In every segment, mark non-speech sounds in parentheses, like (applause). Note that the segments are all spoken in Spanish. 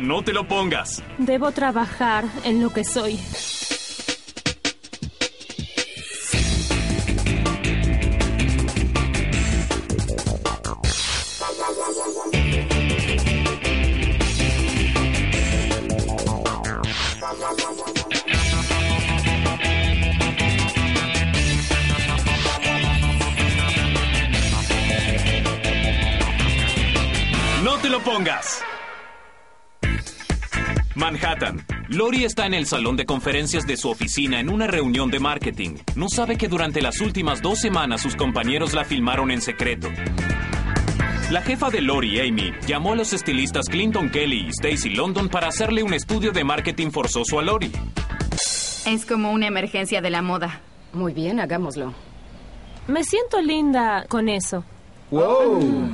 No te lo pongas. Debo trabajar en lo que soy. No te lo pongas. Manhattan. Lori está en el salón de conferencias de su oficina en una reunión de marketing. No sabe que durante las últimas dos semanas sus compañeros la filmaron en secreto. La jefa de Lori, Amy, llamó a los estilistas Clinton Kelly y Stacy London para hacerle un estudio de marketing forzoso a Lori. Es como una emergencia de la moda. Muy bien, hagámoslo. Me siento linda con eso. ¡Wow!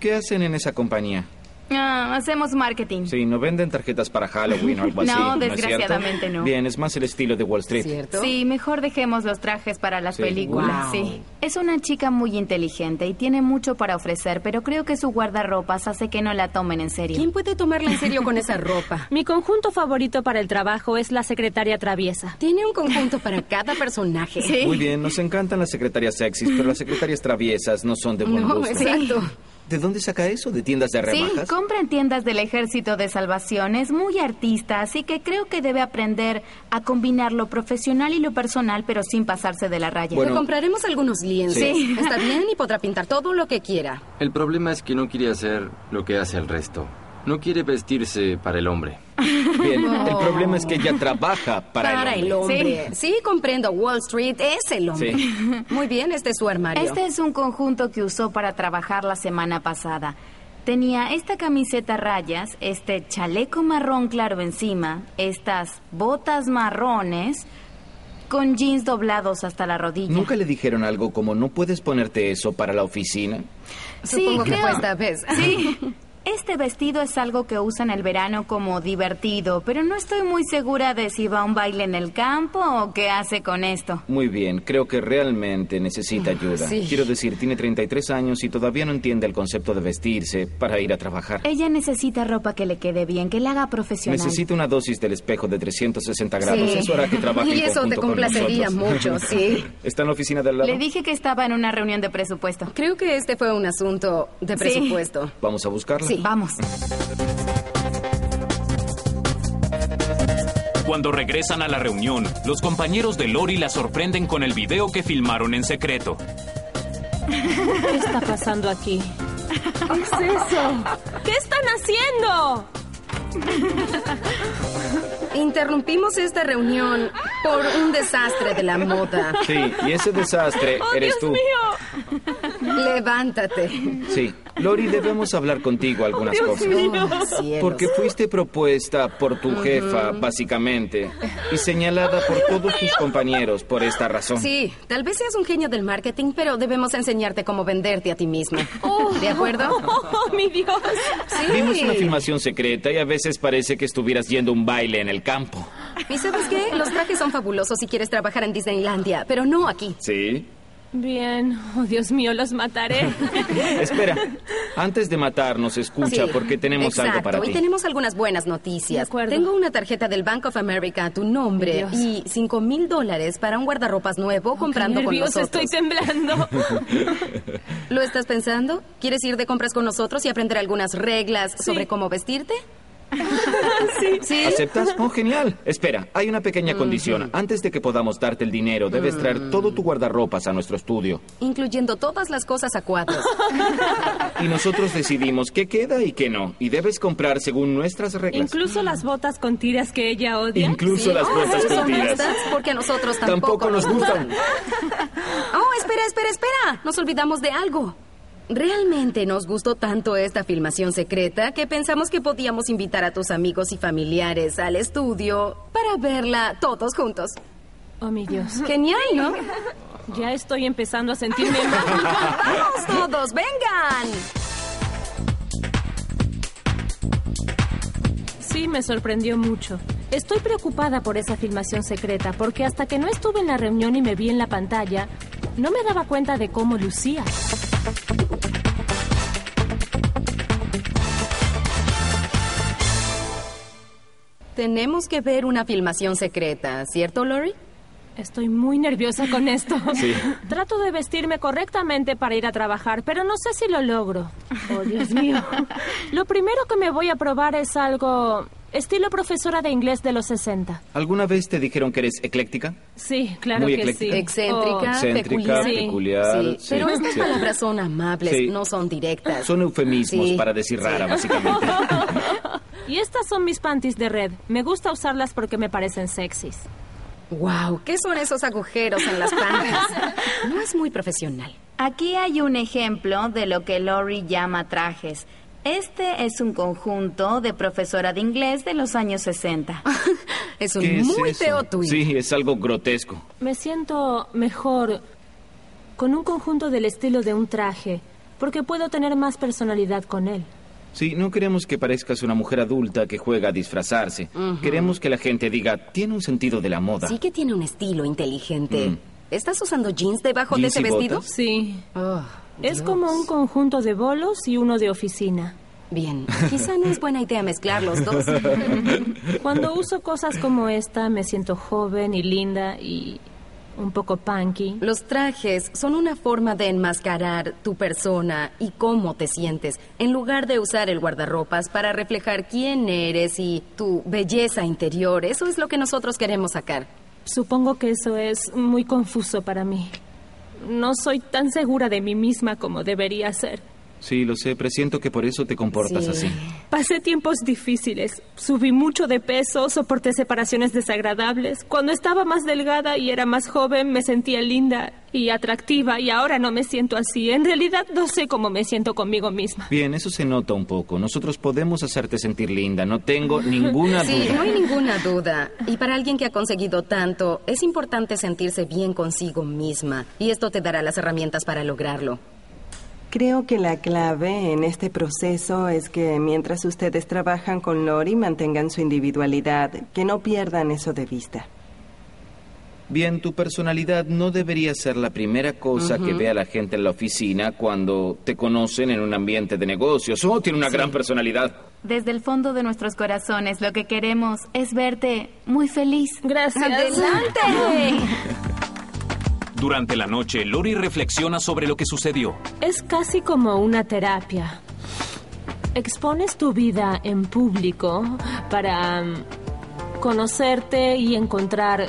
¿Qué hacen en esa compañía? Ah, hacemos marketing. Sí, no venden tarjetas para Halloween o (laughs) algo así. No, es cierto? desgraciadamente no. Bien, es más el estilo de Wall Street. ¿Cierto? Sí, mejor dejemos los trajes para las Sí. películas. Wow. Sí. Es una chica muy inteligente y tiene mucho para ofrecer, pero creo que su guardarropas hace que no la tomen en serio. ¿Quién puede tomarla en serio con esa ropa? Mi conjunto favorito para el trabajo es la secretaria traviesa. Tiene un conjunto para cada personaje. Sí. Muy bien, nos encantan las secretarias sexys, pero las secretarias traviesas no son de buen No, gusto. exacto. ¿De dónde saca eso? ¿De tiendas de Sí, rebajas? compra en tiendas del Ejército de Salvación. Es muy artista, así que creo que debe aprender a combinar lo profesional y lo personal, pero sin pasarse de la raya. Le Bueno. compraremos algunos lienzos. Sí. Está bien y podrá pintar todo lo que quiera. El problema es que no quiere hacer lo que hace el resto. No quiere vestirse para el hombre. Bien, el problema es que ella trabaja para, el hombre. hombre. Sí. comprendo. Wall Street es el hombre. Muy bien, este es su armario. Este es un conjunto que usó para trabajar la semana pasada. Tenía esta camiseta a rayas, este chaleco marrón claro encima, estas botas marrones con jeans doblados hasta la rodilla. ¿Nunca le dijeron algo como no puedes ponerte eso para la oficina? Sí, Supongo que creo- fue esta vez. Sí. Este vestido es algo que usan el verano como divertido, pero no estoy muy segura de si va a un baile en el campo o qué hace con esto. Muy bien, creo que realmente necesita ayuda. Ah, Sí. Quiero decir, tiene 33 años y todavía no entiende el concepto de vestirse para ir a trabajar. Ella necesita ropa que le quede bien, que la haga profesional. Necesita una dosis del espejo de 360 grados. Sí. Eso hará que (laughs) trabaje Y en eso te conjunto con complacería nosotros. mucho, sí. (laughs) ¿Está en la oficina del lado? Le dije que estaba en una reunión de presupuesto. Creo que este fue un asunto Sí. de presupuesto. Vamos a buscarla. Sí. Vamos. Cuando regresan a la reunión, los compañeros de Lori la sorprenden con el video que filmaron en secreto. ¿Qué está pasando aquí? ¿Qué es eso? ¿Qué están haciendo? Interrumpimos esta reunión por un desastre de la moda. (laughs) Sí, y ese desastre (laughs) ¡Oh, eres Dios tú. mío! Levántate. Sí. Lori, debemos hablar contigo algunas Dios cosas. mío. Oh, cielos. Porque fuiste propuesta por tu jefa, básicamente, y señalada por todos tus compañeros por esta razón. Sí, tal vez seas un genio del marketing, pero debemos enseñarte cómo venderte a ti misma. (laughs) ¿De acuerdo? ¡Oh, mi Dios! Sí. Vimos una filmación secreta y a veces parece que estuvieras yendo a un baile en el campo. ¿Y sabes qué? Los trajes son fabulosos si quieres trabajar en Disneylandia, pero no aquí. Sí. Bien. ¡Oh, Dios mío, los (laughs) mataré! Espera, antes de matarnos, escucha, Sí, porque tenemos exacto, algo para y ti. tenemos algunas buenas noticias. De acuerdo. Tengo una tarjeta del Bank of America a tu nombre Dios. y 5 mil dólares para un guardarropas nuevo comprando Qué con nervioso, nosotros. estoy (laughs) temblando. ¿Lo estás pensando? ¿Quieres ir de compras con nosotros y aprender algunas reglas sobre cómo vestirte? sí. ¿Aceptas? Oh, genial. Espera, hay una pequeña condición. Antes de que podamos darte el dinero, debes Mm. traer todo tu guardarropas a nuestro estudio. Incluyendo todas las cosas a cuadros. Y nosotros decidimos qué queda y qué no. Y debes comprar según nuestras reglas. Incluso las botas con tiras que ella odia. Incluso las botas Incluso con tiras. nuestras, Ah, porque a nosotros tampoco, Tampoco nos gustan. Oh, espera, espera, espera. Nos olvidamos de algo. Realmente nos gustó tanto esta filmación secreta que pensamos que podíamos invitar a tus amigos y familiares al estudio para verla todos juntos. Oh, mi Dios. Genial, (laughs) ¿no? Ya estoy empezando a sentirme mal. ¡Vamos todos, vengan! Sí, me sorprendió mucho. Estoy preocupada por esa filmación secreta porque hasta que no estuve en la reunión y me vi en la pantalla, no me daba cuenta de cómo lucía. Tenemos que ver una filmación secreta, ¿cierto, Lori? Estoy muy nerviosa con (laughs) esto. Trato de vestirme correctamente para ir a trabajar, pero no sé si lo logro. Oh, Dios mío. Lo primero que me voy a probar es algo estilo profesora de inglés de los 60. ¿Alguna vez te dijeron que eres ecléctica? Sí, claro Muy que ecléctica. sí. Excéntrica, Oh, Excéntrica, peculiar. peculiar, Sí, sí. pero estas Sí. palabras son amables, Sí. no son directas. Son eufemismos Sí. para decir (laughs) rara, básicamente. y estas son mis panties de red. Me gusta usarlas porque me parecen sexys. Wow, ¿qué son esos agujeros en las (laughs) plantas? No es muy (laughs) profesional. Aquí hay un ejemplo de lo que Lori llama trajes. Este es un conjunto de profesora de inglés de los años 60. Es un ¿Qué es muy eso? feo tuit. Sí, es algo grotesco. Me siento mejor con un conjunto del estilo de un traje, porque puedo tener más personalidad con él. Sí, no queremos que parezcas una mujer adulta que juega a disfrazarse. Queremos que la gente diga, tiene un sentido de la moda. Sí (laughs) que tiene un estilo inteligente. ¿Estás usando jeans debajo Mm. ¿Jeans de ese y vestido? botas? Sí. Oh, Es Dios. como un conjunto de bolos y uno de oficina. Bien, (laughs) quizá no es buena idea mezclar los (laughs) dos. Cuando uso cosas como esta, me siento joven y linda y un poco punky. Los trajes son una forma de enmascarar tu persona y cómo te sientes, en lugar de usar el guardarropas para reflejar quién eres y tu belleza interior. Eso es lo que nosotros queremos sacar. Supongo que eso es muy confuso para mí. No soy tan segura de mí misma como debería ser. (laughs) Sí, lo sé, presiento que por eso te comportas Sí. así. Pasé tiempos difíciles. Subí mucho de peso, soporté separaciones desagradables. Cuando estaba más delgada y era más joven, me sentía linda y atractiva y ahora no me siento así. En realidad no sé cómo me siento conmigo misma. Bien, eso se nota un poco. Nosotros podemos hacerte sentir linda, no tengo ninguna Sí, duda. no hay ninguna duda. Y para alguien que ha conseguido tanto, es importante sentirse bien consigo misma. Y esto te dará las herramientas para lograrlo. Creo que la clave en este proceso es que mientras ustedes trabajan con Lori mantengan su individualidad, que no pierdan eso de vista. Bien, tu personalidad no debería ser la primera cosa que vea la gente en la oficina cuando te conocen en un ambiente de negocios. Oh, tiene una gran personalidad. Desde el fondo de nuestros corazones, lo que queremos es verte muy feliz. Gracias. ¡Adelante! Durante la noche, Lori reflexiona sobre lo que sucedió. Es casi como una terapia. Expones tu vida en público para mm, conocerte y encontrar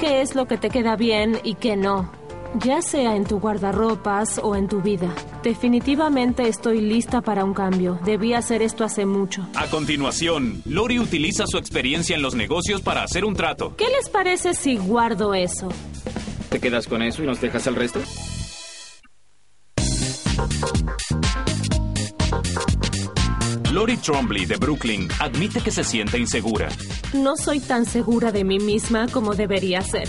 qué es lo que te queda bien y qué no, ya sea en tu guardarropas o en tu vida. Definitivamente estoy lista para un cambio. Debí hacer esto hace mucho. A continuación, Lori utiliza su experiencia en los negocios para hacer un trato. ¿Qué les parece si guardo eso? ¿Te quedas con eso y nos dejas al resto? Lori Trombley de Brooklyn admite que se siente insegura. No soy tan segura de mí misma como debería ser.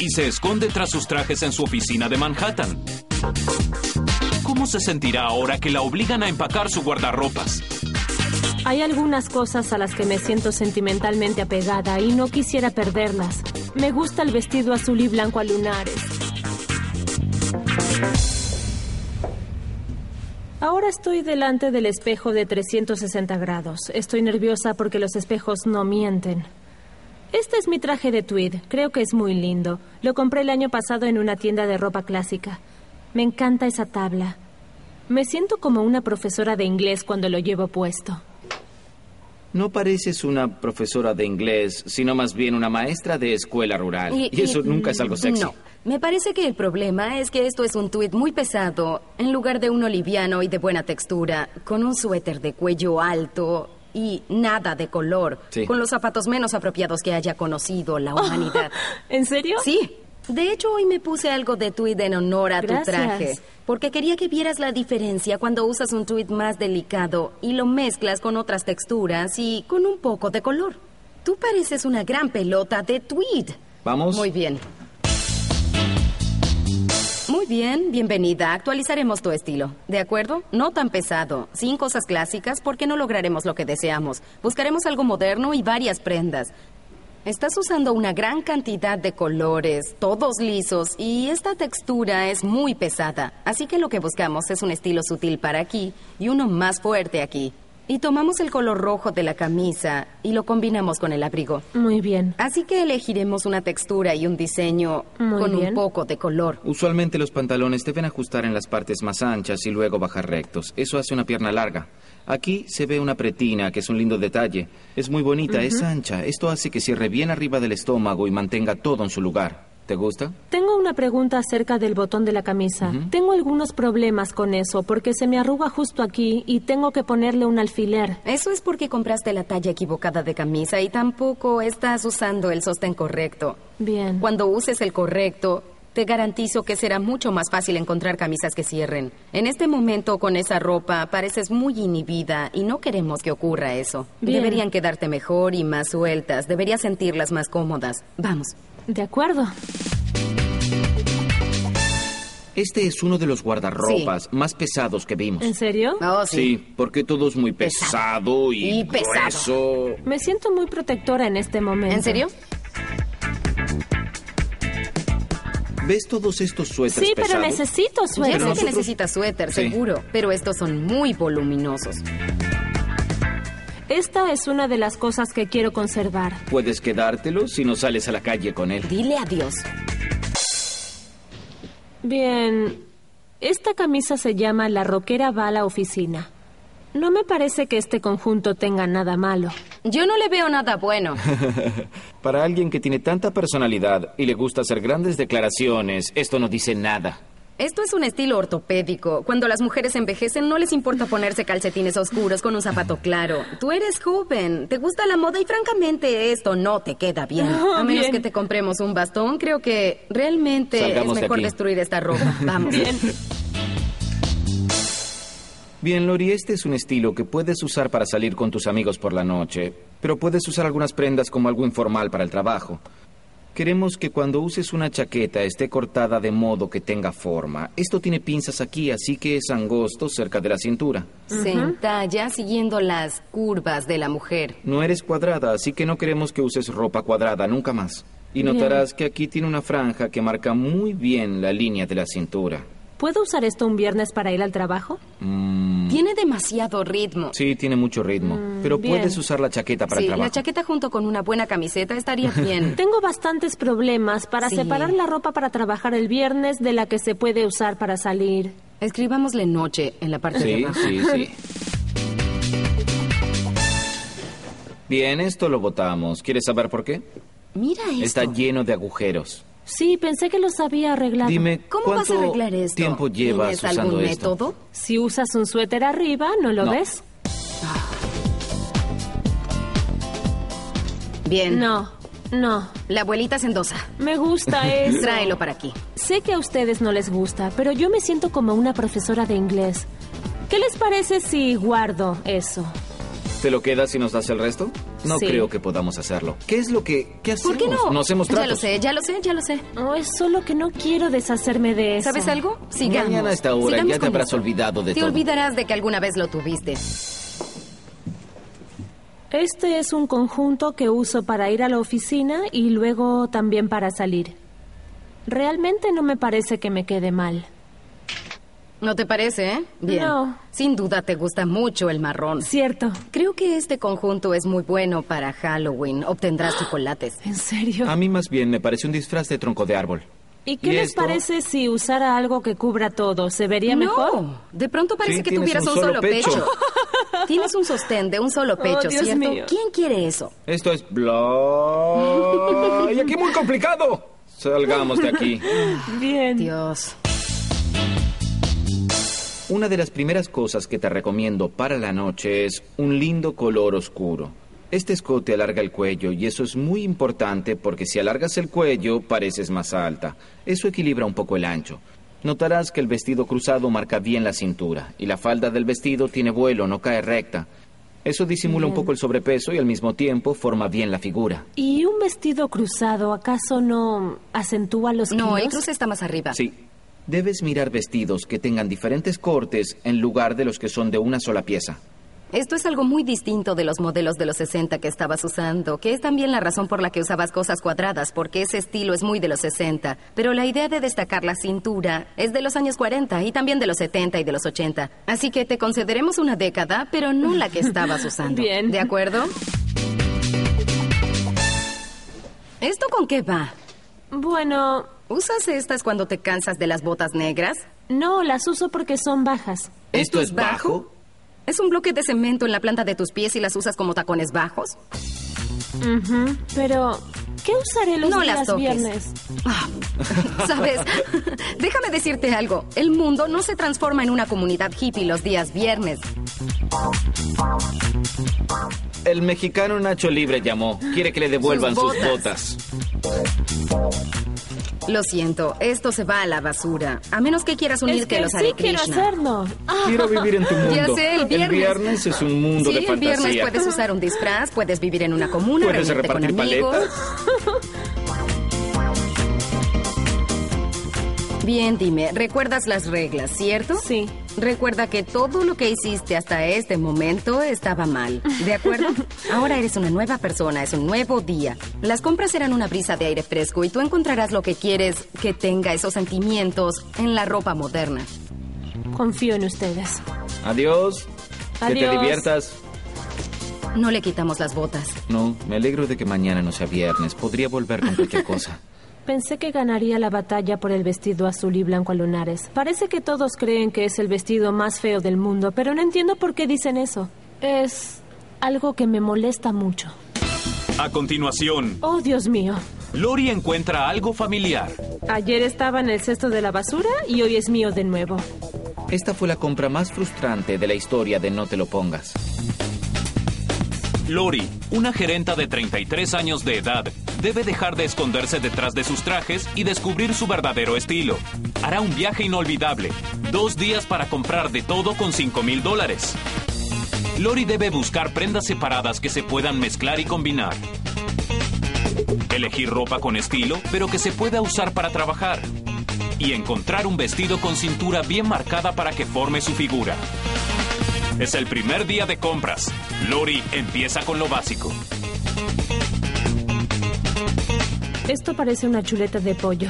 y se esconde tras sus trajes en su oficina de Manhattan. ¿Cómo se sentirá ahora que la obligan a empacar su guardarropas? Hay algunas cosas a las que me siento sentimentalmente apegada y no quisiera perderlas. Me gusta el vestido azul y blanco a lunares. Ahora estoy delante del espejo de 360 grados. Estoy nerviosa porque los espejos no mienten. Este es mi traje de tweed. Creo que es muy lindo. Lo compré el año pasado en una tienda de ropa clásica. Me encanta esa tabla. Me siento como una profesora de inglés cuando lo llevo puesto. No pareces una profesora de inglés, sino más bien una maestra de escuela rural. Y, eso nunca es algo sexy. Mm, No. Me parece que el problema es que esto es un tuit muy pesado, en lugar de uno liviano y de buena textura, con un suéter de cuello alto y nada de color, Sí. Ah. con los zapatos menos apropiados que haya conocido la humanidad. ¿En serio? Sí. De hecho, hoy me puse algo de tuit en honor a tu Gracias. traje, porque quería que vieras la diferencia cuando usas un tuit más delicado y lo mezclas con otras texturas y con un poco de color. Tú pareces una gran pelota de tweet. Vamos. Muy bien. Muy bien, bienvenida. Actualizaremos tu estilo. ¿De acuerdo? No tan pesado. Sin cosas clásicas porque no lograremos lo que deseamos. Buscaremos algo moderno y varias prendas. Estás usando una gran cantidad de colores, todos lisos, y esta textura es muy pesada. Así que lo que buscamos es un estilo sutil para aquí y uno más fuerte aquí. Y tomamos el color rojo de la camisa y lo combinamos con el abrigo. Muy bien. Así que elegiremos una textura y un diseño Muy con bien. un poco de color. Usualmente los pantalones deben ajustar en las partes más anchas y luego bajar rectos. Eso hace una pierna larga. Aquí se ve una pretina, que es un lindo detalle. Es muy bonita, es ancha. Esto hace que cierre bien arriba del estómago y mantenga todo en su lugar. ¿Te gusta? Tengo una pregunta acerca del botón de la camisa. Tengo algunos problemas con eso porque se me arruga justo aquí y tengo que ponerle un alfiler. Eso es porque compraste la talla equivocada de camisa y tampoco estás usando el sostén correcto. Bien. Cuando uses el correcto, te garantizo que será mucho más fácil encontrar camisas que cierren. En este momento, con esa ropa, pareces muy inhibida y no queremos que ocurra eso. Bien. Deberían quedarte mejor y más sueltas. Deberías sentirlas más cómodas. Vamos. De acuerdo. Este es uno de los guardarropas más pesados que vimos. ¿En serio? Oh, Sí, porque todo es muy pesado, Pesado. y, Y pesado. grueso. Me siento muy protectora en este momento. ¿En serio? ¿Ves todos estos suéteres Sí, pero pesados? necesito Pues Ya suéter. sé que nosotros- necesitas suéter, Sí. seguro, pero estos son muy voluminosos. Esta es una de las cosas que quiero conservar. Puedes quedártelo si no sales a la calle con él. Dile adiós. Bien. Esta camisa se llama La Roquera va a la oficina. No me parece que este conjunto tenga nada malo. Yo no le veo nada (laughs) bueno. Para alguien que tiene tanta personalidad y le gusta hacer grandes declaraciones, esto no dice nada. Esto es un estilo ortopédico. Cuando las mujeres envejecen no les importa ponerse calcetines oscuros con un zapato claro. Tú eres joven, te gusta la moda y francamente esto no te queda bien. Ah, A menos bien. que te compremos un bastón, creo que realmente Salgamos es de mejor aquí. destruir esta (laughs) ropa. Vamos. Bien, Lori, este es un estilo que puedes usar para salir con tus amigos por la noche, pero puedes usar algunas prendas como algo informal para el trabajo. Queremos que cuando uses una chaqueta esté cortada de modo que tenga forma. Esto tiene pinzas aquí, así que es angosto cerca de la cintura. Se entalla siguiendo las curvas de la mujer. No eres cuadrada, así que no queremos que uses ropa cuadrada nunca más. Y Bien. notarás que aquí tiene una franja que marca muy bien la línea de la cintura. ¿Puedo usar esto un viernes para ir al trabajo? Mm. Tiene demasiado ritmo. Sí, tiene mucho ritmo, pero bien. puedes usar la chaqueta para Mm, Sí, el trabajo. la chaqueta junto con una buena camiseta (laughs) estaría bien. Tengo bastantes problemas para Sí. separar la ropa para trabajar el viernes de la que se puede usar para salir. Escribámosle noche en la parte de Sí, abajo. sí, (laughs) sí. Bien, esto lo votamos. ¿Quieres saber por qué? Mira esto. Está lleno de agujeros. Sí, pensé que los había arreglado. Dime, ¿Cómo vas ¿cuánto a arreglar esto? tiempo llevas ¿Tienes usando algún esto? método? Si usas un suéter arriba, ¿no lo No. ves? Bien. No, no. La abuelita Sendosa. Me (laughs) gusta eso. Tráelo para aquí. Sé que a ustedes no les gusta, pero yo me siento como una profesora de inglés. ¿Qué les parece si guardo eso? ¿Te lo quedas y nos das el resto? No Sí. creo que podamos hacerlo. ¿Qué es lo que qué hacemos? ¿Por qué no? Nos hemos ya lo tratos. sé, ya lo sé, ya lo sé. No, es solo que no quiero deshacerme de eso. ¿Sabes algo? Sigamos. Mañana a esta hora Sigamos ya te con habrás esto. olvidado de Te todo. olvidarás de que alguna vez lo tuviste. Este es un conjunto que uso para ir a la oficina y luego también para salir. Realmente no me parece que me quede mal. ¿No te parece, eh? Bien. No. Sin duda te gusta mucho el marrón. Cierto. Creo que este conjunto es muy bueno para Halloween. Obtendrás (gasps) chocolates. ¿En serio? A mí más bien me parece un disfraz de tronco de árbol. ¿Y qué Ah, ¿Y les esto? parece si usara algo que cubra todo? ¿Se vería mejor? No, de pronto parece Sí, que tienes tuvieras un, solo, pecho. (laughs) tienes un sostén de un solo pecho, Oh, Dios ¿cierto? mío. ¿Quién quiere eso? Esto es bla. y aquí muy complicado. Salgamos de aquí. Bien. Dios. Una de las primeras cosas que te recomiendo para la noche es un lindo color oscuro. Este escote alarga el cuello y eso es muy importante porque si alargas el cuello pareces más alta. Eso equilibra un poco el ancho. Notarás que el vestido cruzado marca bien la cintura y la falda del vestido tiene vuelo, no cae recta. Eso disimula un poco el sobrepeso y al mismo tiempo forma bien la figura. ¿Y un vestido cruzado acaso no acentúa los No, kilos? el cruce está más arriba. Sí. Debes mirar vestidos que tengan diferentes cortes en lugar de los que son de una sola pieza. Esto es algo muy distinto de los modelos de los 60 que estabas usando, que es también la razón por la que usabas cosas cuadradas, porque ese estilo es muy de los 60. Pero la idea de destacar la cintura es de los años 40 y también de los 70 y de los 80. Así que te concederemos una década, pero no la que estabas usando. Bien. ¿De acuerdo? ¿Esto con qué va? Bueno, ¿Usas estas cuando te cansas de las botas negras? no, las uso porque son bajas. ¿Esto es bajo? ¿Es un bloque de cemento en la planta de tus pies y las usas como tacones bajos? Ujú, Pero, ¿qué usaré los no días las toques. viernes? Ah, (laughs) Sabes, déjame decirte algo. El mundo no se transforma en una comunidad hippie los días viernes. El mexicano Nacho Libre llamó. Quiere que le devuelvan Sus sus botas. botas. Lo siento, esto se va a la basura. A menos que quieras unirte es que a los sí Hare quiero Krishna. hacerlo. Quiero vivir en tu mundo. Ah. Ya sé, el viernes. es un mundo sí, de el viernes fantasía. puedes usar un disfraz, puedes vivir en una comuna, Puedes reunirte con repartir amigos. paletas. Bien, dime, ¿recuerdas las reglas, cierto? Sí. Recuerda que todo lo que hiciste hasta este momento estaba mal, ¿de acuerdo? Ahora eres una nueva persona, es un nuevo día. Las compras serán una brisa de aire fresco y tú encontrarás lo que quieres que tenga esos sentimientos en la ropa moderna. Confío en ustedes. Adiós. Que te Adiós. diviertas. No le quitamos las botas. No, me alegro de que mañana no sea viernes. Podría volver con cualquier cosa. Pensé que ganaría la batalla por el vestido azul y blanco a lunares. Parece que todos creen que es el vestido más feo del mundo, pero no entiendo por qué dicen eso. Es algo que me molesta mucho. A continuación, Oh, Dios mío. Lori encuentra algo familiar. Ayer estaba en el cesto de la basura y hoy es mío de nuevo. Esta fue la compra más frustrante de la historia de No te lo pongas. Lori, una gerenta de 33 años de edad, debe dejar de esconderse detrás de sus trajes y descubrir su verdadero estilo. Hará un viaje inolvidable, dos días para comprar de todo con 5 mil dólares. Lori debe buscar prendas separadas que se puedan mezclar y combinar. Elegir ropa con estilo, pero que se pueda usar para trabajar. Y encontrar un vestido con cintura bien marcada para que forme su figura. Es el primer día de compras. Lori empieza con lo básico. Esto parece una chuleta de pollo.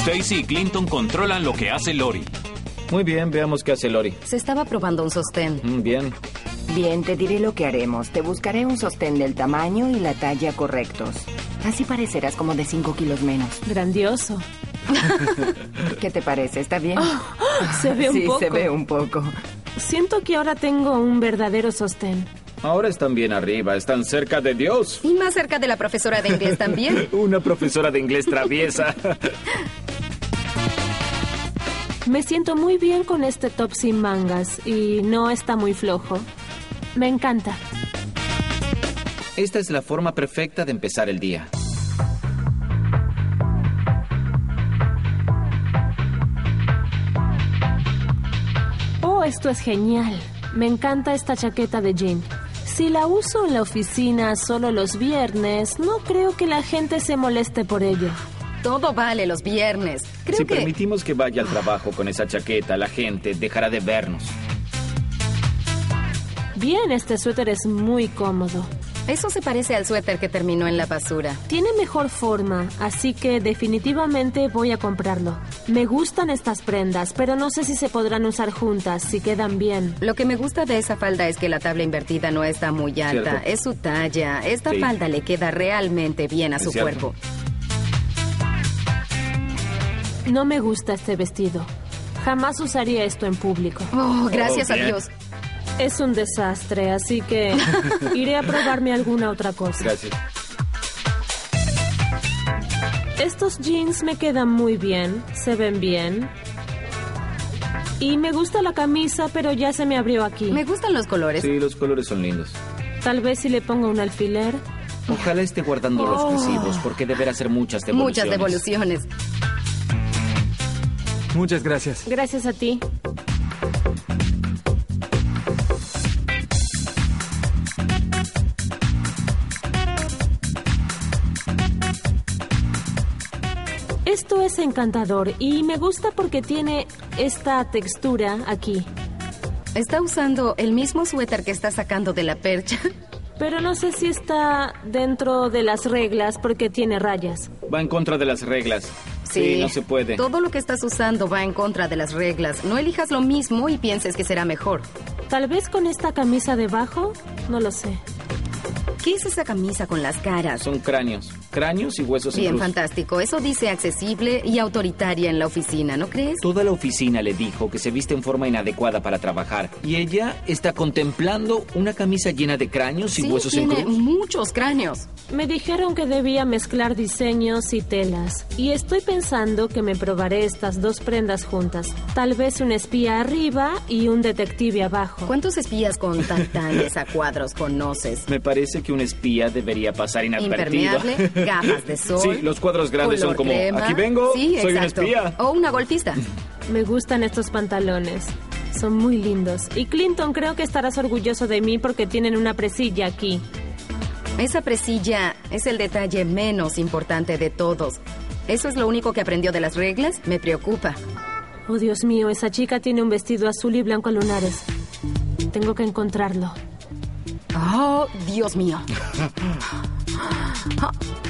Stacy y Clinton controlan lo que hace Lori. Muy bien, veamos qué hace Lori. Se estaba probando un sostén. Mm, bien. Bien, te diré lo que haremos. Te buscaré un sostén del tamaño y la talla correctos. Así parecerás como de 5 kilos menos. Grandioso. ¿Qué te parece? ¿Está bien? Se ve un (laughs) sí, poco. se ve un poco. Siento que ahora tengo un verdadero sostén. Ahora están bien arriba, están cerca de Dios. Y más cerca de la profesora de inglés (laughs) también. Una profesora de inglés traviesa. Me siento muy bien con este top sin mangas y no está muy flojo. Me encanta. Esta es la forma perfecta de empezar el día. Oh, esto es genial. Me encanta esta chaqueta de jean. Si la uso en la oficina solo los viernes, no creo que la gente se moleste por ello. Todo vale los viernes. Creo si que... permitimos que vaya al trabajo con esa chaqueta, la gente dejará de vernos. Bien, este suéter es muy cómodo. Eso se parece al suéter que terminó en la basura. Tiene mejor forma, así que definitivamente voy a comprarlo. Me gustan estas prendas, pero no sé si se podrán usar juntas, si quedan bien. Lo que me gusta de esa falda es que la tabla invertida no está muy alta. Cierto. Es su talla. Esta Sí. falda le queda realmente bien a Es su cierto. cuerpo. No me gusta este vestido. Jamás usaría esto en público. Oh, gracias Oh, a bien. Dios. Es un desastre, así que iré a probarme alguna otra cosa. Gracias. Estos jeans me quedan muy bien, se ven bien. Y me gusta la camisa, pero ya se me abrió aquí. Me gustan los colores. Sí, los colores son lindos. Tal vez si le pongo un alfiler. Ojalá esté guardando los recibos porque deberá hacer muchas Oh. devoluciones. Muchas devoluciones. Muchas gracias. Gracias a ti. Esto es encantador y me gusta porque tiene esta textura aquí. Está usando el mismo suéter que está sacando de la percha. (laughs) Pero no sé si está dentro de las reglas porque tiene rayas. Va en contra de las reglas. no se puede. Todo lo que estás usando va en contra de las reglas. No elijas lo mismo y pienses que será mejor. Tal vez con esta camisa debajo, no lo sé. ¿Qué es esa camisa con las caras? Son cráneos. Cráneos y huesos en Bien, cruz. fantástico. Eso dice accesible y autoritaria en la oficina, ¿no crees? Toda la oficina le dijo que se viste en forma inadecuada para trabajar y ella está contemplando una camisa llena de cráneos y sí, huesos en tiene cruz. muchos cráneos. Me dijeron que debía mezclar diseños y telas, y estoy pensando que me probaré estas dos prendas juntas. Tal vez un espía arriba y un detective abajo. ¿Cuántos espías con tantanes a cuadros conoces? Me parece que un espía debería pasar inadvertido. Impermeable, gafas (laughs) de sol. Sí, los cuadros grandes son color como, crema. aquí vengo, Sí, soy un exacto. espía. O una golfista. Me gustan estos pantalones. Son muy lindos. Y Clinton, creo que estarás orgulloso de mí porque tienen una presilla aquí. Esa presilla es el detalle menos importante de todos. ¿Eso es lo único que aprendió de las reglas? Me preocupa. Oh, Dios mío, esa chica tiene un vestido azul y blanco a lunares. Tengo que encontrarlo. Oh, Dios mío.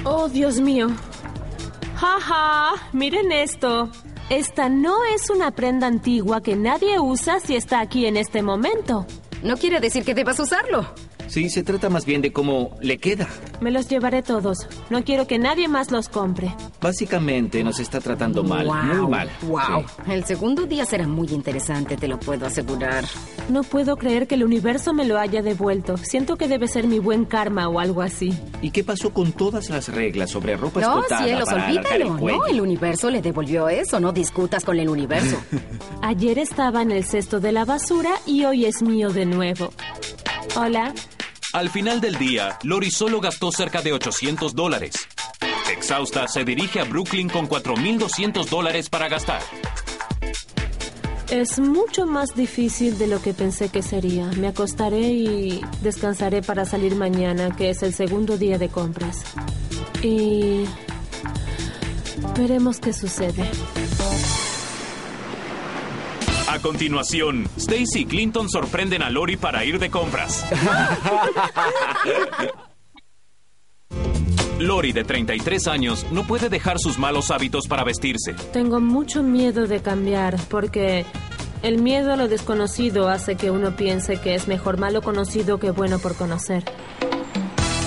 Oh, Dios mío. Jaja, miren esto. Esta no es una prenda antigua que nadie usa si está aquí en este momento. No quiere decir que debas usarlo. Sí, se trata más bien de cómo le queda. Me los llevaré todos. No quiero que nadie más los compre. Básicamente nos está tratando mal, Wow, muy mal. Wow. Sí. El segundo día será muy interesante, te lo puedo asegurar. No puedo creer que el universo me lo haya devuelto. Siento que debe ser mi buen karma o algo así. ¿Y qué pasó con todas las reglas sobre ropa no, escotada cielos, Pues para alargar olvídalo. el cuello? no, el universo le devolvió eso. No discutas con el universo. Ayer estaba en el cesto de la basura y hoy es mío de nuevo. Hola. Al final del día, Lori solo gastó cerca de 800 dólares. Exhausta, se dirige a Brooklyn con 4.200 dólares para gastar. Es mucho más difícil de lo que pensé que sería. Me acostaré y descansaré para salir mañana, que es el segundo día de compras. Y veremos qué sucede. A continuación, Stacy y Clinton sorprenden a Lori para ir de compras. (laughs) Lori, de 33 años, no puede dejar sus malos hábitos para vestirse. Tengo mucho miedo de cambiar porque el miedo a lo desconocido hace que uno piense que es mejor malo conocido que bueno por conocer.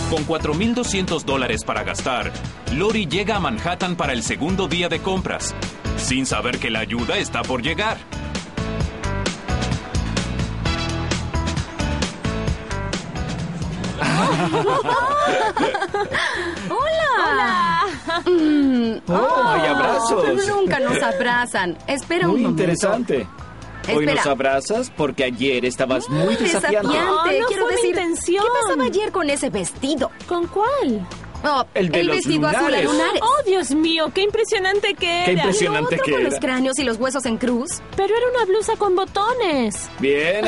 Con 4.200 dólares para gastar, Lori llega a Manhattan para el segundo día de compras, sin saber que la ayuda está por llegar. ¡Oh, hay abrazos! Nunca nos abrazan. Espera Muy un momento. interesante. Hoy Espera. nos abrazas porque ayer estabas muy desafiante. Desafiante. No, no Quiero fue mi decir, intención. ¿qué pasaba ayer con ese vestido? ¿Con cuál? Oh, El de los vestido azul a lunares. lunares. ¡Oh, Dios mío! ¡Qué impresionante que era! Qué impresionante Otro que con era. los cráneos y los huesos en cruz. Pero era una blusa con botones. Bien,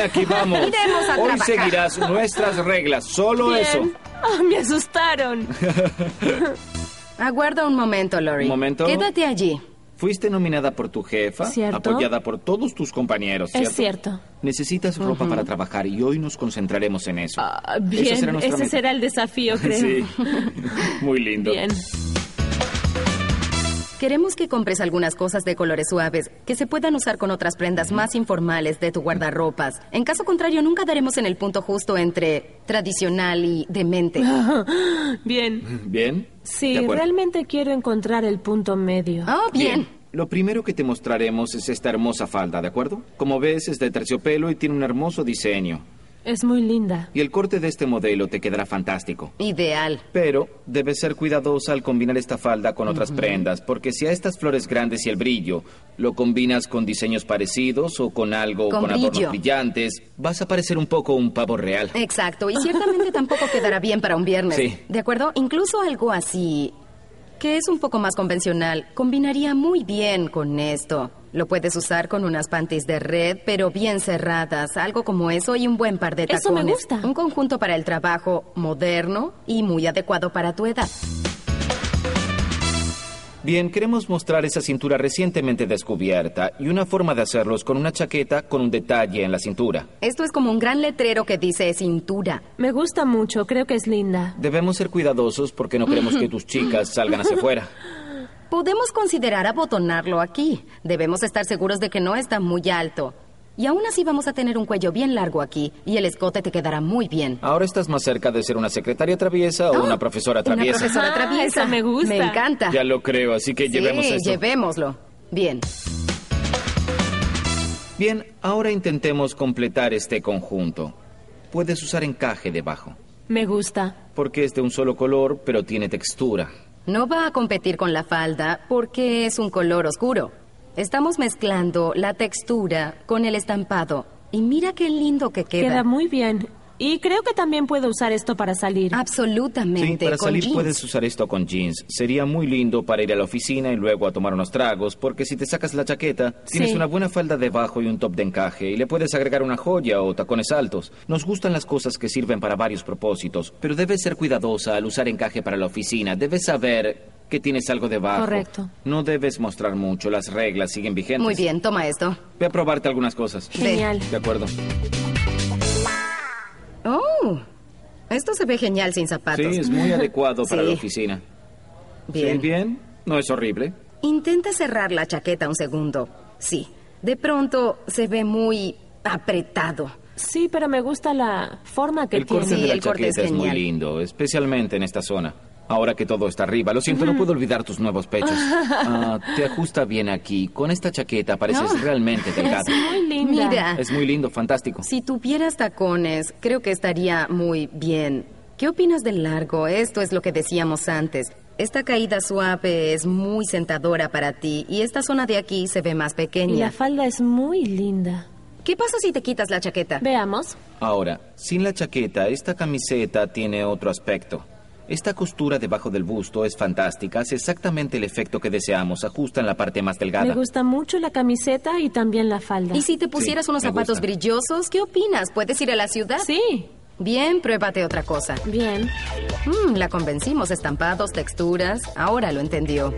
(laughs) aquí vamos. Iremos a Hoy trabajar. seguirás nuestras reglas, solo Bien. eso. Ah, me (laughs) asustaron. Aguarda un momento, Lori. Un momento. Quédate allí. Fuiste nominada por tu jefa, Cierto. apoyada por todos tus compañeros. ¿cierto? Es cierto. Necesitas ropa para trabajar y hoy nos concentraremos en eso. (laughs) Ah, Esa bien, será nuestra ese meta. será el (laughs) desafío, creo. (laughs) Sí, muy lindo. Bien. Queremos que compres algunas cosas de colores suaves que se puedan usar con otras prendas más informales de tu guardarropas. En caso contrario, nunca daremos en el punto justo entre tradicional y demente. Ah, Bien. Bien. De Sí, acuerdo. realmente quiero encontrar el punto medio. Oh, bien. Lo primero que te mostraremos es esta hermosa falda, ¿de acuerdo? Como ves, es de terciopelo y tiene un hermoso diseño. Es muy linda. Y el corte de este modelo te quedará fantástico. Ideal. Pero debes ser cuidadosa al combinar esta falda con otras prendas, porque si a estas flores grandes y el brillo lo combinas con diseños parecidos o con algo Con con, brillo. adornos brillantes, vas a parecer un poco un pavo real. Exacto. Y ciertamente tampoco quedará bien para un viernes. Sí. ¿De acuerdo? Incluso algo así, que es un poco más convencional, combinaría muy bien con esto. Lo puedes usar con unas panties de red, pero bien cerradas, algo como eso y un buen par de tacones. Eso me gusta. Un conjunto para el trabajo moderno y muy adecuado para tu edad. Bien, queremos mostrar esa cintura recientemente descubierta y una forma de hacerlo es con una chaqueta con un detalle en la cintura. Esto es como un gran letrero que dice cintura. Me gusta mucho, creo que es linda. Debemos ser cuidadosos porque no (laughs) queremos que tus chicas salgan hacia afuera. Podemos considerar abotonarlo aquí. Debemos estar seguros de que no está muy alto. Y aún así vamos a tener un cuello bien largo aquí y el escote te quedará muy bien. Ahora estás más cerca de ser una secretaria traviesa o una profesora Ah, Una traviesa. profesora Ah, traviesa. esa me gusta. Me encanta. Ya lo creo, así que Sí, llevemos esto. llevémoslo. Bien. Bien, ahora intentemos completar este conjunto. Puedes usar encaje debajo, Me gusta. porque es de un solo color, pero tiene textura. No va a competir con la falda porque es un color oscuro. Estamos mezclando la textura con el estampado. Y mira qué lindo que queda. Queda muy bien. Y creo que también puedo usar esto para salir. Ah, Absolutamente. Sí, para con salir jeans. puedes usar esto con jeans. Sería muy lindo para ir a la oficina y luego a tomar unos tragos, porque si te sacas la chaqueta, tienes Sí. una buena falda debajo y un top de encaje, y le puedes agregar una joya o tacones altos. Nos gustan las cosas que sirven para varios propósitos, pero debes ser cuidadosa al usar encaje para la oficina. Debes saber Eh, que tienes algo debajo. Correcto. No debes mostrar mucho, las reglas siguen vigentes. Muy bien, toma esto. Voy a probarte algunas cosas. Genial. De acuerdo. Oh, esto se ve genial sin zapatos. Sí, es muy adecuado para Sí. la oficina. Bien. Sí, bien. No es horrible. Intenta cerrar la chaqueta un segundo. Sí. De pronto se ve muy apretado. Sí, pero me gusta la forma que el corte tiene. de la el corte es chaqueta es, muy genial. lindo, especialmente en esta zona. Ahora que todo está arriba, lo siento, no puedo olvidar tus nuevos (laughs) pechos. Ah, te ajusta bien aquí. Con esta chaqueta pareces realmente delgada. Muy linda. Mira, Es muy lindo, fantástico. si tuvieras tacones, creo que estaría muy bien. ¿Qué opinas del largo? Esto es lo que decíamos antes. Esta caída suave es muy sentadora para ti y esta zona de aquí se ve más Y la pequeña. falda es muy linda. ¿Qué pasa si te quitas la chaqueta? Veamos. Ahora, sin la chaqueta, esta camiseta tiene otro aspecto. Esta costura debajo del busto es fantástica, hace exactamente el efecto que deseamos, ajusta en la parte más Me delgada. gusta mucho la camiseta y también la falda. Y si te pusieras Sí, unos me zapatos gusta. brillosos, ¿qué opinas? ¿Puedes ir a la ciudad? Sí. Bien, pruébate otra cosa. Bien. Mm, la convencimos, estampados, texturas. Ahora lo entendió.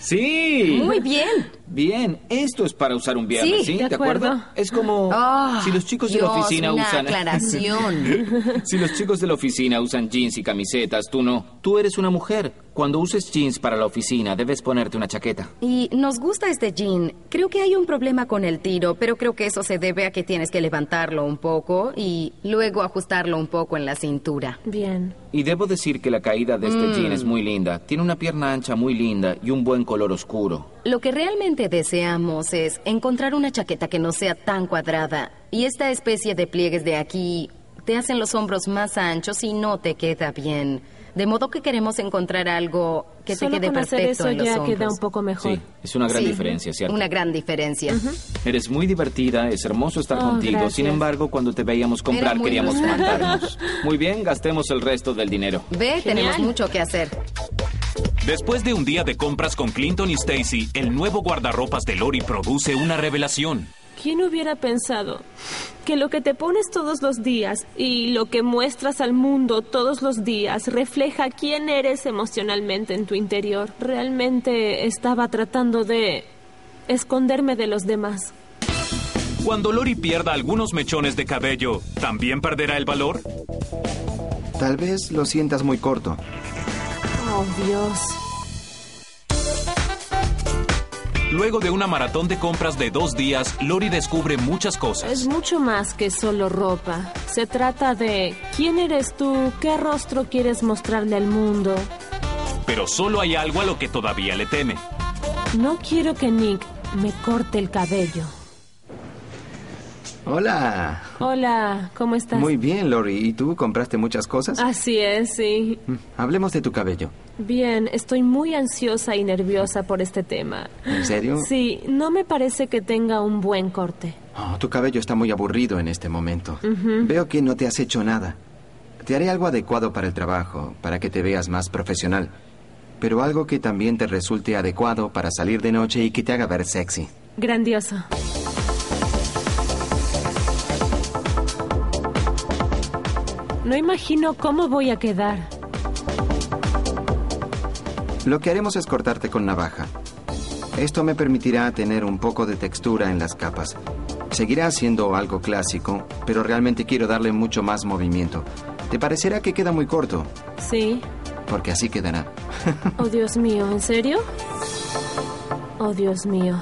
Sí. Muy bien. Bien, esto es para usar un viernes, Sí, ¿sí? de ¿De acuerdo? acuerdo. Es como Ah, Oh, si los chicos de la Dios, oficina una usan (laughs) aclaración. Si los chicos de la oficina usan jeans y camisetas, tú no. Tú eres una mujer. Cuando uses jeans para la oficina, debes ponerte una chaqueta. Y nos gusta este jean. Creo que hay un problema con el tiro, pero creo que eso se debe a que tienes que levantarlo un poco y luego ajustarlo un poco en la cintura. Bien. Y debo decir que la caída de este jean es muy linda. Tiene una pierna ancha muy linda y un buen color oscuro. Lo que realmente deseamos es encontrar una chaqueta que no sea tan cuadrada. Y esta especie de pliegues de aquí te hacen los hombros más anchos y no te queda bien. De modo que queremos encontrar algo que Solo te quede con hacer perfecto eso en los ya queda hombros. un poco mejor. Sí, es una gran Sí, diferencia, ¿cierto? Una gran diferencia. Eres muy divertida, es hermoso estar Oh, contigo. Sin gracias. embargo, cuando te veíamos comprar, muy queríamos ilusionante. mandarnos. Muy bien, gastemos el resto del dinero. Ve, tenemos mucho que hacer. Después de un día de compras con Clinton y Stacy, el nuevo guardarropas de Lori produce una revelación. ¿Quién hubiera pensado que lo que te pones todos los días y lo que muestras al mundo todos los días refleja quién eres emocionalmente en tu interior? Realmente estaba tratando de esconderme de los demás. Cuando Lori pierda algunos mechones de cabello, ¿también perderá el valor? Tal vez lo sientas muy corto. Oh, Dios. Luego de una maratón de compras de dos días, Lori descubre muchas cosas. Es mucho más que solo ropa. Se trata de quién eres tú, qué rostro quieres mostrarle al mundo. Pero solo hay algo a lo que todavía le teme. No quiero que Nick me corte el cabello. Hola. Hola, ¿cómo estás? Muy bien, Lori. ¿Y tú compraste muchas cosas? Así es, sí. Mm, Hablemos de tu cabello. Bien, estoy muy ansiosa y nerviosa por este tema. ¿En serio? Sí, no me parece que tenga un buen corte. Oh, tu cabello está muy aburrido en este momento. Veo que no te has hecho nada. Te haré algo adecuado para el trabajo, para que te veas más profesional. Pero algo que también te resulte adecuado para salir de noche y que te haga ver sexy. Grandioso. No imagino cómo voy a quedar. Lo que haremos es cortarte con navaja. Esto me permitirá tener un poco de textura en las capas. Seguirá siendo algo clásico, pero realmente quiero darle mucho más movimiento. Te parecerá que queda muy corto, Sí. porque así quedará. Oh, Dios mío, ¿en serio? Oh, Dios mío.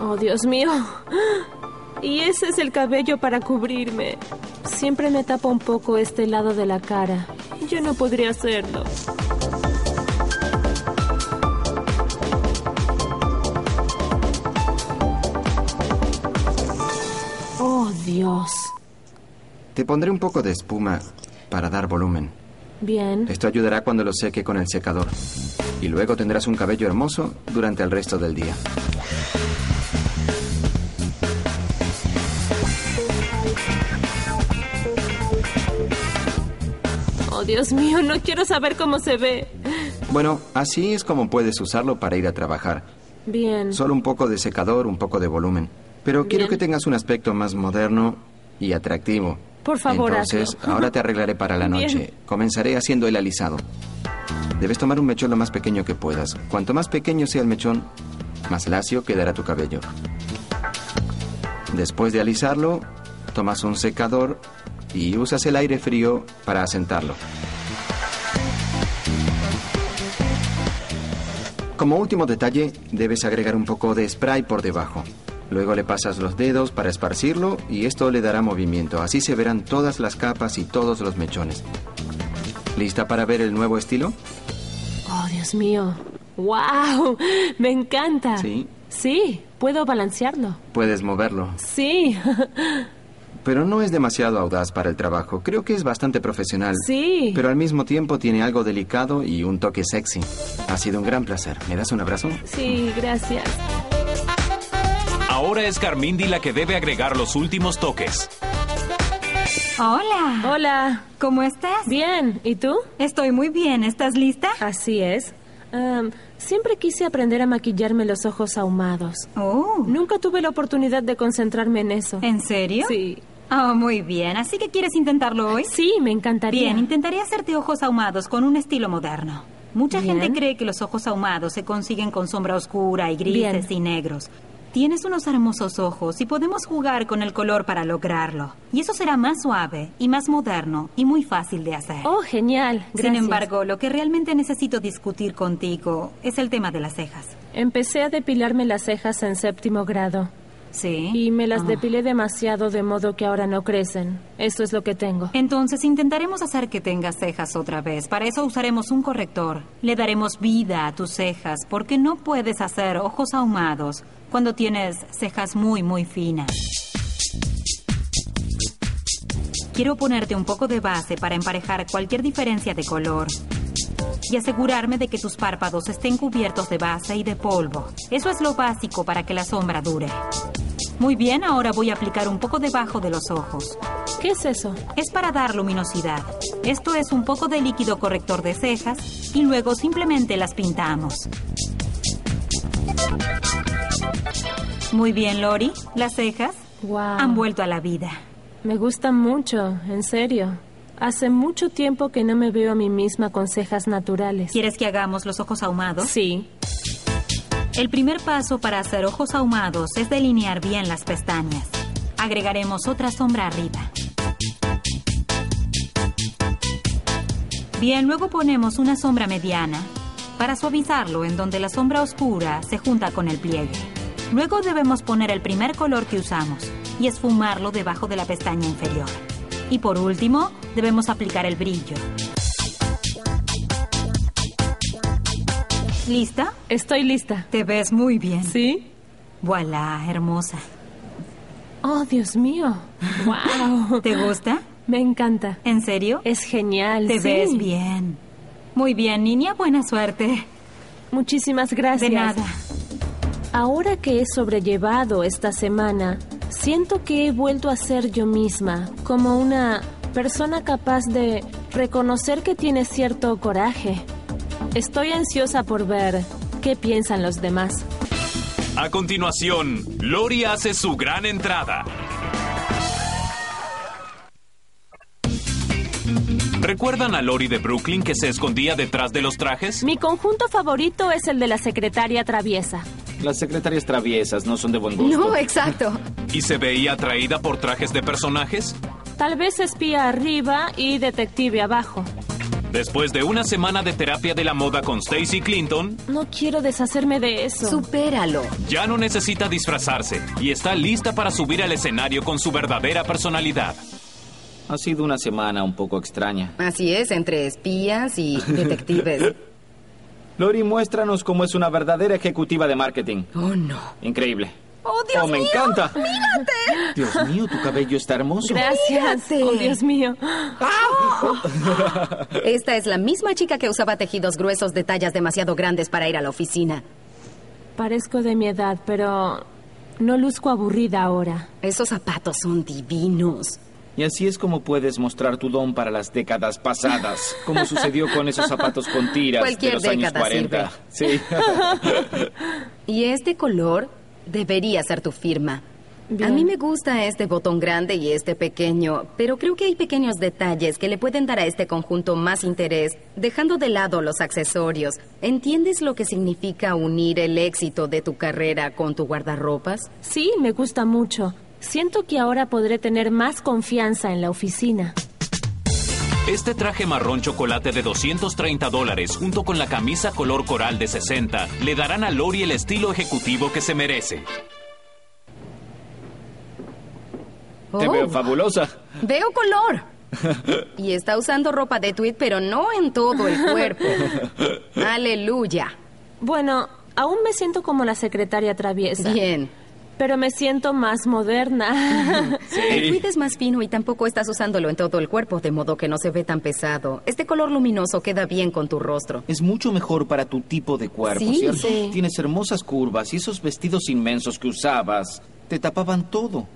Oh, Dios mío. (gasps) Y ese es el cabello para cubrirme. Siempre me tapa un poco este lado de la cara. Yo no podría hacerlo. Oh, Dios. Te pondré un poco de espuma para dar volumen. Bien. Esto ayudará cuando lo seque con el secador. Y luego tendrás un cabello hermoso durante el resto del día. Oh, Dios mío, no quiero saber cómo se ve. Bueno, así es como puedes usarlo para ir a trabajar. Bien. Solo un poco de secador, un poco de volumen. Pero quiero Bien. que tengas un aspecto más moderno y atractivo. Por favor, Entonces, hazlo. ahora te arreglaré para (laughs) la Bien. noche. Comenzaré haciendo el alisado. Debes tomar un mechón lo más pequeño que puedas. Cuanto más pequeño sea el mechón, más lacio quedará tu cabello. Después de alisarlo, tomas un secador y usas el aire frío para asentarlo. Como último detalle, debes agregar un poco de spray por debajo. Luego le pasas los dedos para esparcirlo y esto le dará movimiento. Así se verán todas las capas y todos los mechones. ¿Lista para ver el nuevo estilo? Oh, Dios mío. ¡Wow! Me encanta. Sí. Sí, puedo balancearlo. Puedes moverlo. Sí. (laughs) Pero no es demasiado audaz para el trabajo. Creo que es bastante profesional. Sí. Pero al mismo tiempo tiene algo delicado y un toque sexy. Ha sido un gran placer. ¿Me das un abrazo? Sí, gracias. Ahora es Carmindi la que debe agregar los últimos toques. Hola, Hola. ¿cómo estás? Bien, ¿y tú? Estoy muy bien, ¿estás lista? Así es. Am, siempre quise aprender a maquillarme los ojos ahumados. Oh, Nunca tuve la oportunidad de concentrarme en eso. ¿en serio? Sí. Oh, muy bien, así que quieres intentarlo hoy? Sí, me encantaría. Bien, intentaré hacerte ojos ahumados con un estilo moderno. Mucha Bien. gente cree que los ojos ahumados se consiguen con sombra oscura y grises Bien. y negros. Tienes unos hermosos ojos y podemos jugar con el color para lograrlo. Y eso será más suave y más moderno y muy fácil de hacer. Oh, genial. Gracias. Sin embargo, lo que realmente necesito discutir contigo es el tema de las cejas. empecé a depilarme las cejas en séptimo grado. Sí. Y me las Ah. depilé demasiado de modo que ahora no crecen. Eso es lo que tengo. Entonces intentaremos hacer que tengas cejas otra vez. Para eso usaremos un corrector. Le daremos vida a tus cejas porque no puedes hacer ojos ahumados cuando tienes cejas muy, muy finas. Quiero ponerte un poco de base para emparejar cualquier diferencia de color y asegurarme de que tus párpados estén cubiertos de base y de polvo. Eso es lo básico para que la sombra dure. Muy bien, ahora voy a aplicar un poco debajo de los ojos. ¿Qué es eso? Es para dar luminosidad. Esto es un poco de líquido corrector de cejas y luego simplemente las pintamos. Muy bien, Lori. Las cejas Guau. han vuelto a la vida. Me gusta mucho, en serio. Hace mucho tiempo que no me veo a mí misma con cejas naturales. ¿Quieres que hagamos los ojos ahumados? Sí. El primer paso para hacer ojos ahumados es delinear bien las pestañas. Agregaremos otra sombra arriba. Bien, luego ponemos una sombra mediana para suavizarlo en donde la sombra oscura se junta con el pliegue. Luego debemos poner el primer color que usamos y esfumarlo debajo de la pestaña inferior. Y por último, debemos aplicar el brillo. ¿Lista? Estoy lista. Te ves muy bien. ¿Sí? Voilà, hermosa. Oh, Dios mío. ¡Wow! ¿Te gusta? Me encanta. ¿En serio? Es genial. Te sí. ves bien. Muy bien, niña, buena suerte. Muchísimas gracias. De nada. Ahora que he sobrellevado esta semana, siento que he vuelto a ser yo misma, como una persona capaz de reconocer que tiene cierto coraje. Estoy ansiosa por ver qué piensan los demás. A continuación, Lori hace su gran entrada. ¿Recuerdan a Lori de Brooklyn que se escondía detrás de los trajes? Mi conjunto favorito es el de la secretaria traviesa. Las secretarias traviesas no son de buen gusto. No, exacto. ¿Y se veía atraída por trajes de personajes? Tal vez espía arriba y detective abajo. Después de una semana de terapia de la moda con Stacy Clinton, No quiero deshacerme de eso. Supéralo. ya no necesita disfrazarse y está lista para subir al escenario con su verdadera personalidad. Ha sido una semana un poco extraña. Así es, entre espías y (laughs) detectives. Lori, muéstranos cómo es una verdadera ejecutiva de marketing. Oh, no. Increíble. ¡Oh, Dios ¡Oh, me mío! encanta! ¡Mírate! Dios mío, tu cabello está hermoso. Gracias. Fíjate. Oh, Dios mío. (gasps) Esta es la misma chica que usaba tejidos gruesos de tallas demasiado grandes para ir a la oficina. Parezco de mi edad, pero no luzco aburrida ahora. Esos zapatos son divinos. Y así es como puedes mostrar tu don para las décadas pasadas, como sucedió con esos zapatos con tiras Cualquier de los años década 40. (laughs) Sí. Y este color debería ser tu firma. A Bien. mí me gusta este botón grande y este pequeño, pero creo que hay pequeños detalles que le pueden dar a este conjunto más interés, dejando de lado los accesorios. ¿Entiendes lo que significa unir el éxito de tu carrera con tu guardarropas? Sí, me gusta mucho. Siento que ahora podré tener más confianza en la oficina. Este traje marrón chocolate de 230 dólares junto con la camisa color coral de 60 le darán a Lori el estilo ejecutivo que se merece. Te Oh, veo fabulosa. veo (laughs) color. Y está usando ropa de tweed, pero no en todo el (laughs) cuerpo. Aleluya. Bueno, aún me siento como la secretaria traviesa. Bien. Pero me siento más (laughs) moderna. El tweed es más fino y tampoco estás usándolo en todo el cuerpo, de modo que no se ve tan pesado. Este color luminoso queda bien con tu rostro. Es mucho mejor para tu tipo de cuerpo, Sí, ¿cierto? sí. Tienes hermosas curvas y esos vestidos inmensos que usabas te tapaban todo.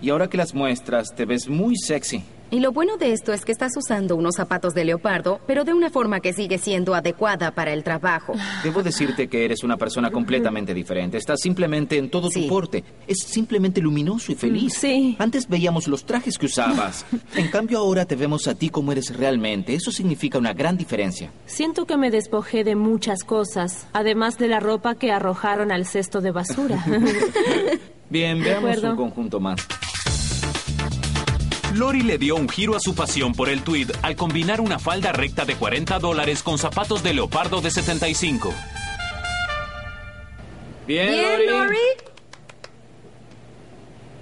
Y ahora que las muestras, te ves muy sexy. Y lo bueno de esto es que estás usando unos zapatos de leopardo, pero de una forma que sigue siendo adecuada para el trabajo. Debo decirte que eres una persona completamente diferente. Estás simplemente en todo Sí. tu porte. Es simplemente luminoso y feliz. Sí. Antes veíamos los trajes que usabas. En cambio, ahora te vemos a ti como eres realmente. Eso significa una gran diferencia. siento que me despojé de muchas cosas, además de la ropa que arrojaron al cesto de basura. Bien, De veamos acuerdo. un conjunto más. Lori le dio un giro a su pasión por el tweed al combinar una falda recta de 40 dólares con zapatos de leopardo de 75. Bien, ¿Bien, Lori?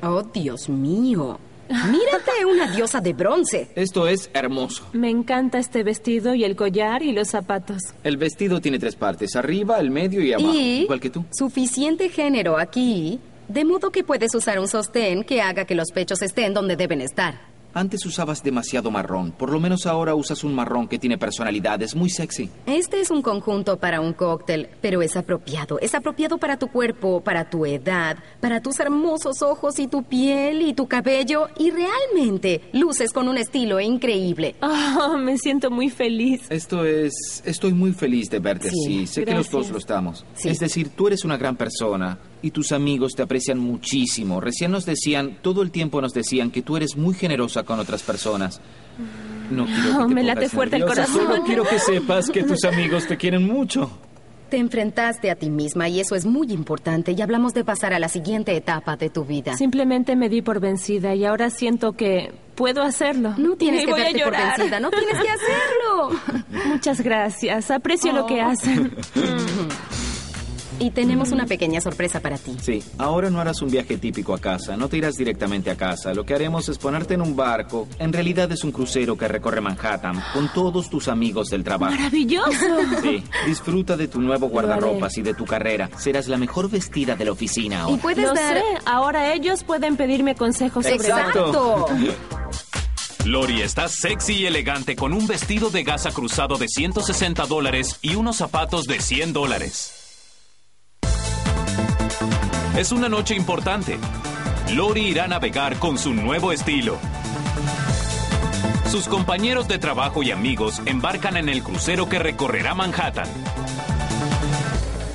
Oh, Dios mío. Mírate una diosa de bronce. Esto es hermoso. (laughs) me encanta este vestido y el collar y los zapatos. (laughs) El vestido tiene tres partes, arriba, el medio y abajo, Y igual que tú. suficiente género aquí, de modo que puedes usar un sostén que haga que los pechos estén donde deben estar. Antes usabas demasiado marrón, por lo menos ahora usas un marrón que tiene personalidad, es muy sexy. Este es un conjunto para un cóctel, pero es apropiado. Es apropiado para tu cuerpo, para tu edad, para tus hermosos ojos y tu piel y tu cabello. Y realmente luces con un estilo increíble. Ah, me siento muy feliz. Esto es... Estoy muy feliz de verte Sí, así, sé que los gracias. dos lo estamos. Sí. Es decir, tú eres una gran persona y tus amigos te aprecian muchísimo. Recién nos decían, todo el tiempo nos decían que tú eres muy generosa con otras personas. No quiero Oh, (laughs) que te me pongas late fuerte el nerviosa, Solo (laughs) corazón. quiero que sepas que tus amigos te quieren mucho. Te enfrentaste a ti misma y eso es muy importante. Y hablamos de pasar a la siguiente etapa de tu vida. Simplemente me di por vencida y ahora siento que puedo hacerlo. No tienes Y que voy a verte por llorar. vencida, no tienes (laughs) que hacerlo. (laughs) Muchas gracias, aprecio lo Oh. que hacen. (laughs) Y tenemos una pequeña sorpresa para ti. Sí, ahora no harás un viaje típico a casa, no te irás directamente a casa. Lo que haremos es ponerte en un barco. En realidad es un crucero que recorre Manhattan con todos tus amigos del trabajo. Maravilloso. Sí, disfruta de tu nuevo guardarropas y de tu carrera. Serás la mejor vestida de la oficina Y ahora. puedes Lo dar... sé, ahora ellos pueden pedirme consejos sobre Exacto. Exacto. Lori está sexy y elegante con un vestido de gasa cruzado de 160 dólares y unos zapatos de 100 dólares. Es una noche importante. Lori irá a navegar con su nuevo estilo. Sus compañeros de trabajo y amigos embarcan en el crucero que recorrerá Manhattan.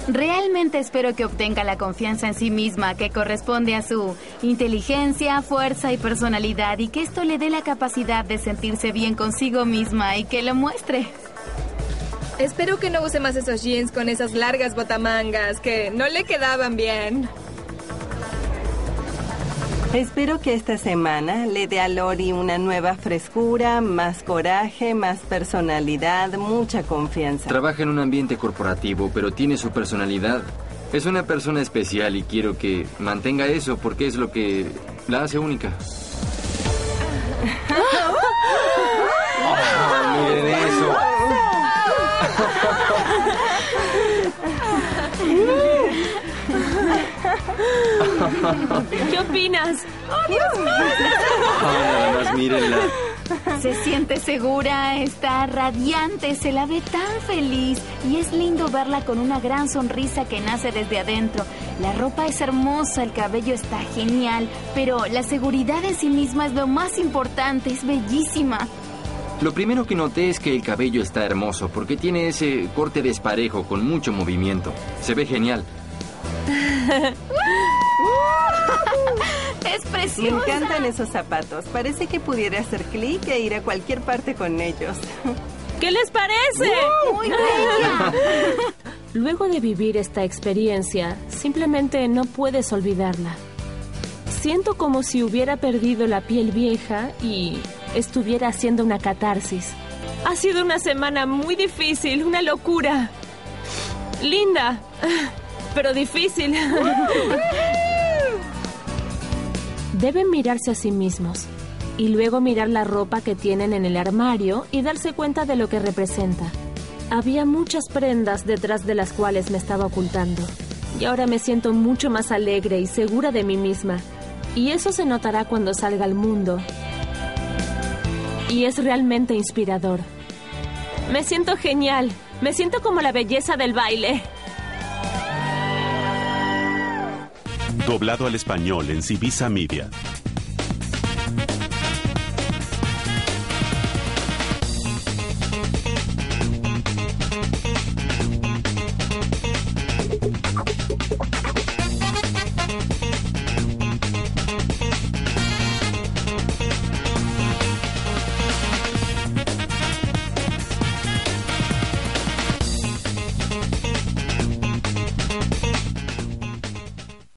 Realmente espero que obtenga la confianza en sí misma que corresponde a su inteligencia, fuerza y personalidad y que esto le dé la capacidad de sentirse bien consigo misma y que lo muestre. Espero que no use más esos jeans con esas largas botamangas que no le quedaban bien. Espero que esta semana le dé a Lori una nueva frescura, más coraje, más personalidad, mucha confianza. Trabaja en un ambiente corporativo, pero tiene su personalidad. Es una persona especial y quiero que mantenga eso porque es lo que la hace única. Oh, Ah, miren eso. ¿Qué opinas? Ah, nada más mírenla. Se siente segura, está radiante, se la ve tan feliz y es lindo verla con una gran sonrisa que nace desde adentro. La ropa es hermosa, el cabello está genial, pero la seguridad en sí misma es lo más importante, es bellísima. (laughs) Lo primero que noté es que el cabello está hermoso porque tiene ese corte desparejo con mucho movimiento. Se ve genial. Es Me preciosa. encantan esos zapatos. Parece que pudiera hacer clic e ir a cualquier parte con ellos. ¿Qué les parece? (laughs) Muy bella. Luego de vivir esta experiencia, simplemente no puedes olvidarla. Siento como si hubiera perdido la piel vieja y estuviera haciendo una catarsis. Ha sido una semana muy difícil, una locura. Linda, (laughs) pero difícil. Deben mirarse a sí mismos y luego mirar la ropa que tienen en el armario y darse cuenta de lo que representa. Había muchas prendas detrás de las cuales me estaba ocultando y ahora me siento mucho más alegre y segura de mí misma. Y eso se notará cuando salga al mundo. Y es realmente inspirador. Me siento genial. Me siento como la belleza del baile. Doblado al español en Civisa Media.